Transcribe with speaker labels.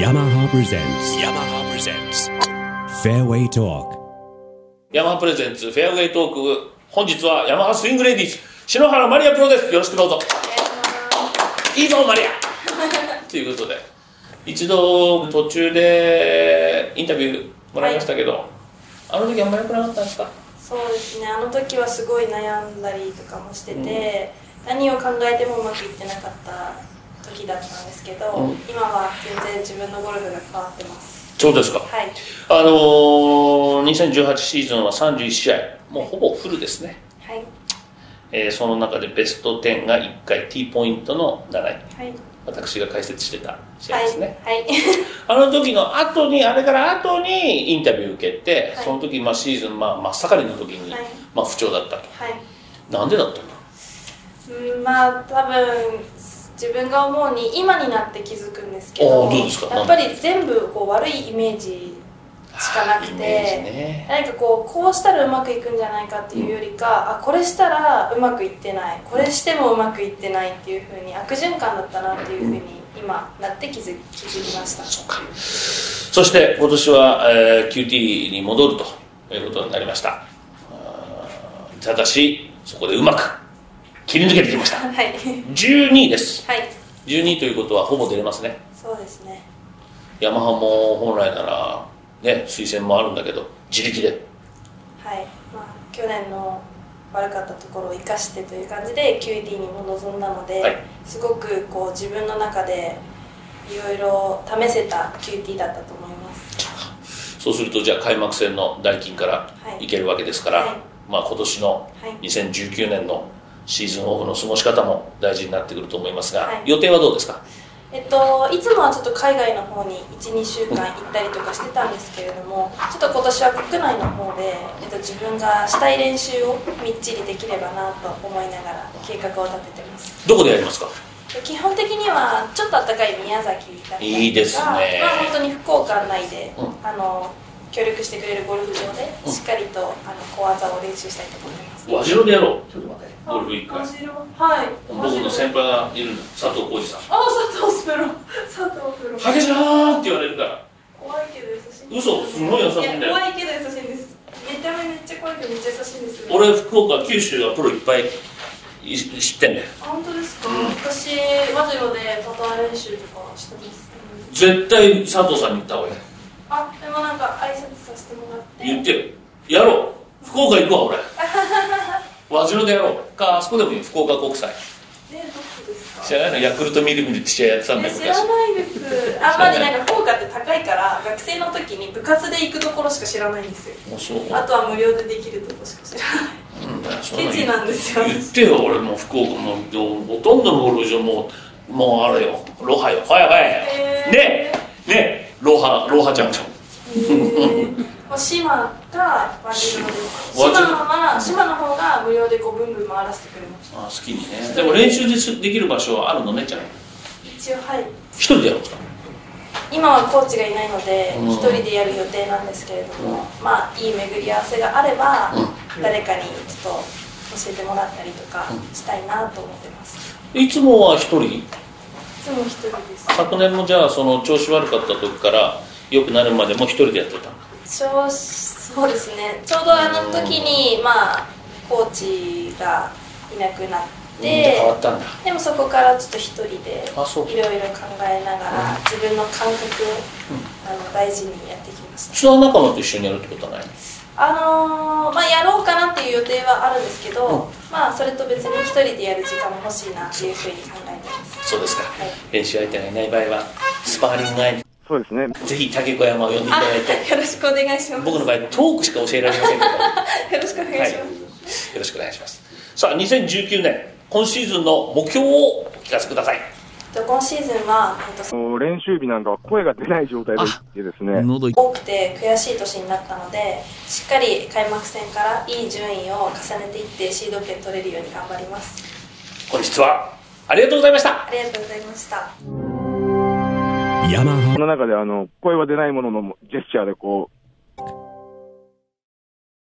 Speaker 1: yamaha presents yamaha presents fairway talk
Speaker 2: ヤマハプレゼンツフェアウェイトーク本日はヤマハスイングレディース篠原マリアプロですよろしくどうぞいいぞマリア ということで一度途中でインタビューもらいましたけど、あの時あんま良くなかったんですか
Speaker 3: そうですねあの時はすごい悩んだりとかもしてて、何を考えてもうまくいってなかった時だったんですけど、
Speaker 2: うん
Speaker 3: 今は全然自分のゴルフが変わってます
Speaker 2: そうですか
Speaker 3: はい
Speaker 2: あのー、2018シーズンは31試合もうほぼフルですね、
Speaker 3: はい
Speaker 2: えーその中でベスト10が1回 T ポイントの7位
Speaker 3: はい
Speaker 2: 私が解説してた試合
Speaker 3: は
Speaker 2: で
Speaker 3: い
Speaker 2: すね、
Speaker 3: はい
Speaker 2: あの時の後に、あれから後にインタビュー受けて、
Speaker 3: はい
Speaker 2: その時、まあ、シーズン、まあ、真っ盛りの時に、
Speaker 3: はい
Speaker 2: まあ、不調だったと。
Speaker 3: はい
Speaker 2: なんでだったんだ
Speaker 3: うんまあ多分自分が思うに今になって気づくんですけ
Speaker 2: あ
Speaker 3: ど
Speaker 2: ーどうですか
Speaker 3: やっぱり全部こう悪いイメージしかなくて
Speaker 2: イメージね。
Speaker 3: 何かこうこうしたらうまくいくんじゃないかっていうよりか、あこれしたらうまくいってないこれしてもうまくいってないっていう風に悪循環だったなっていう風に今なって気づ気づきました
Speaker 2: そうか。そして、今年は、えー QT に戻るということになりました。あーただし、そこでうまく切り抜けてきました。
Speaker 3: はい
Speaker 2: 12位です。
Speaker 3: はい
Speaker 2: 12位ということは、ほぼ出れますね。
Speaker 3: そうですね
Speaker 2: ヤマハも本来なら、ね、推薦もあるんだけど、自力で。
Speaker 3: はいまあ去年の悪かったところを生かしてという感じで QED にも臨んだので、
Speaker 2: はい
Speaker 3: すごくこう自分の中でいろいろ試せた QT だったと思います
Speaker 2: そうするとじゃあ開幕戦の代金から
Speaker 3: はい
Speaker 2: いけるわけですから、
Speaker 3: はい
Speaker 2: まあ今年の
Speaker 3: はい
Speaker 2: 2019年のシーズンオフの過ごし方も大事になってくると思いますが、
Speaker 3: はい
Speaker 2: 予定はどうですか
Speaker 3: えっと、いつもはちょっと海外の方に12週間行ったりとかしてたんですけれどもちょっと今年は国内の方で、えっと、自分がしたい練習をみっちりできればなと思いながら計画を立ててます
Speaker 2: どこでやりますか
Speaker 3: で基本的にはちょっと暖かい宮崎だったりとか
Speaker 2: いいですね
Speaker 3: まあ、本当に福岡内で、
Speaker 2: うん
Speaker 3: あの協力してくれるゴルフ場でしっかりとあの小技を練習したいと思います
Speaker 2: 和白でやろうちょっと待ってゴルフ一
Speaker 3: あ
Speaker 2: 回
Speaker 3: ジロはい
Speaker 2: 僕の先輩がいるの佐藤浩二さん
Speaker 3: あ佐藤スプロ 佐藤プロ
Speaker 2: 「ハゲじゃーん!」って言われるから
Speaker 3: 怖いけど優しいんですよ
Speaker 2: 嘘すごい優しいんだよ
Speaker 3: や怖いけど優しいんですめちゃめちゃ怖いけどめっちゃ優しいんですよ
Speaker 2: 俺福岡九州はプロいっぱいい知ってんだよ
Speaker 3: あ本当ですか、
Speaker 2: うん
Speaker 3: 私和白でパターン練習とかしてます、
Speaker 2: 絶対佐藤さんに言った方がいい
Speaker 3: あでもなんか挨拶させてもらって
Speaker 2: 言ってるやろう福岡行くわ 俺和白でやろうかあそこでもいい福岡国際
Speaker 3: ねどこですか
Speaker 2: 知らないのヤクルトみるみるって試合やってたんだよ
Speaker 3: え知
Speaker 2: 昔
Speaker 3: らないですあんまりなんか効果って高いから学生の時に部活で行くところしか知らないんですよ
Speaker 2: もうそう
Speaker 3: あとは無料でできるところしか知ら な
Speaker 2: うんだよそ
Speaker 3: いケチなんですよ
Speaker 2: 言ってよ俺もう福岡もうほとんどのゴルフ場もうもうあれよロハよはいはい
Speaker 3: へー
Speaker 2: ねねロハロハジャンクション
Speaker 3: へーまあ島が和白です
Speaker 2: 島
Speaker 3: 島は島の方が無料でこうブンブン回らせてくれます
Speaker 2: あ好きにねでも練習ですできる場所はあるのねちゃん
Speaker 3: 一応はい
Speaker 2: 一人でやろうか
Speaker 3: 今はコーチがいないので
Speaker 2: うん
Speaker 3: 一人でやる予定なんですけれどもまあいい巡り合わせがあれば誰かにちょっと教えてもらったりとかしたいなと思ってます
Speaker 2: いつもは一人
Speaker 3: いつも一人です
Speaker 2: 昨年もじゃあその調子悪かった時から良くなるまでも一人でやってた
Speaker 3: そうそうですねちょうどあの時にまあコーチがいなくなっ
Speaker 2: で
Speaker 3: て
Speaker 2: 変わったんだ
Speaker 3: でもそこからちょっと一人で
Speaker 2: あそう
Speaker 3: いろいろ考えながら自分の感覚をあの大事にやってきました
Speaker 2: ツアー仲間と一緒にやるってことはない
Speaker 3: あのーまあやろうかなっていう予定はあるんですけど、
Speaker 2: うん
Speaker 3: まあそれと別に一人でやる時間も欲しいなっていうふうに考えてます
Speaker 2: そうですか、
Speaker 3: い
Speaker 2: 練習相手がいない場合はスパーリング相手
Speaker 4: そうですね。
Speaker 2: ぜひ竹小山を呼んでいた
Speaker 3: あ
Speaker 2: だいて
Speaker 3: よろしくお願いします
Speaker 2: 僕の場合トークしか教えられませんけど、は
Speaker 3: よろしくお 願い
Speaker 2: い、
Speaker 3: し
Speaker 2: よ
Speaker 3: ます、
Speaker 2: ろしくお願いしますさあ2019年今シーズンの目標をお聞かせください
Speaker 3: と今シーズンは、えっと、
Speaker 4: あの練習日なんかは声が出ない状態でしてですね。
Speaker 3: 多くて悔しい年になったのでしっかり開幕戦からいい順位を重ねていってシード権取れるように頑張ります
Speaker 2: 本日はありがとうございました
Speaker 3: ありがとうございました
Speaker 1: yamaha
Speaker 4: その中であの声は出ないもののジェスチャーでこ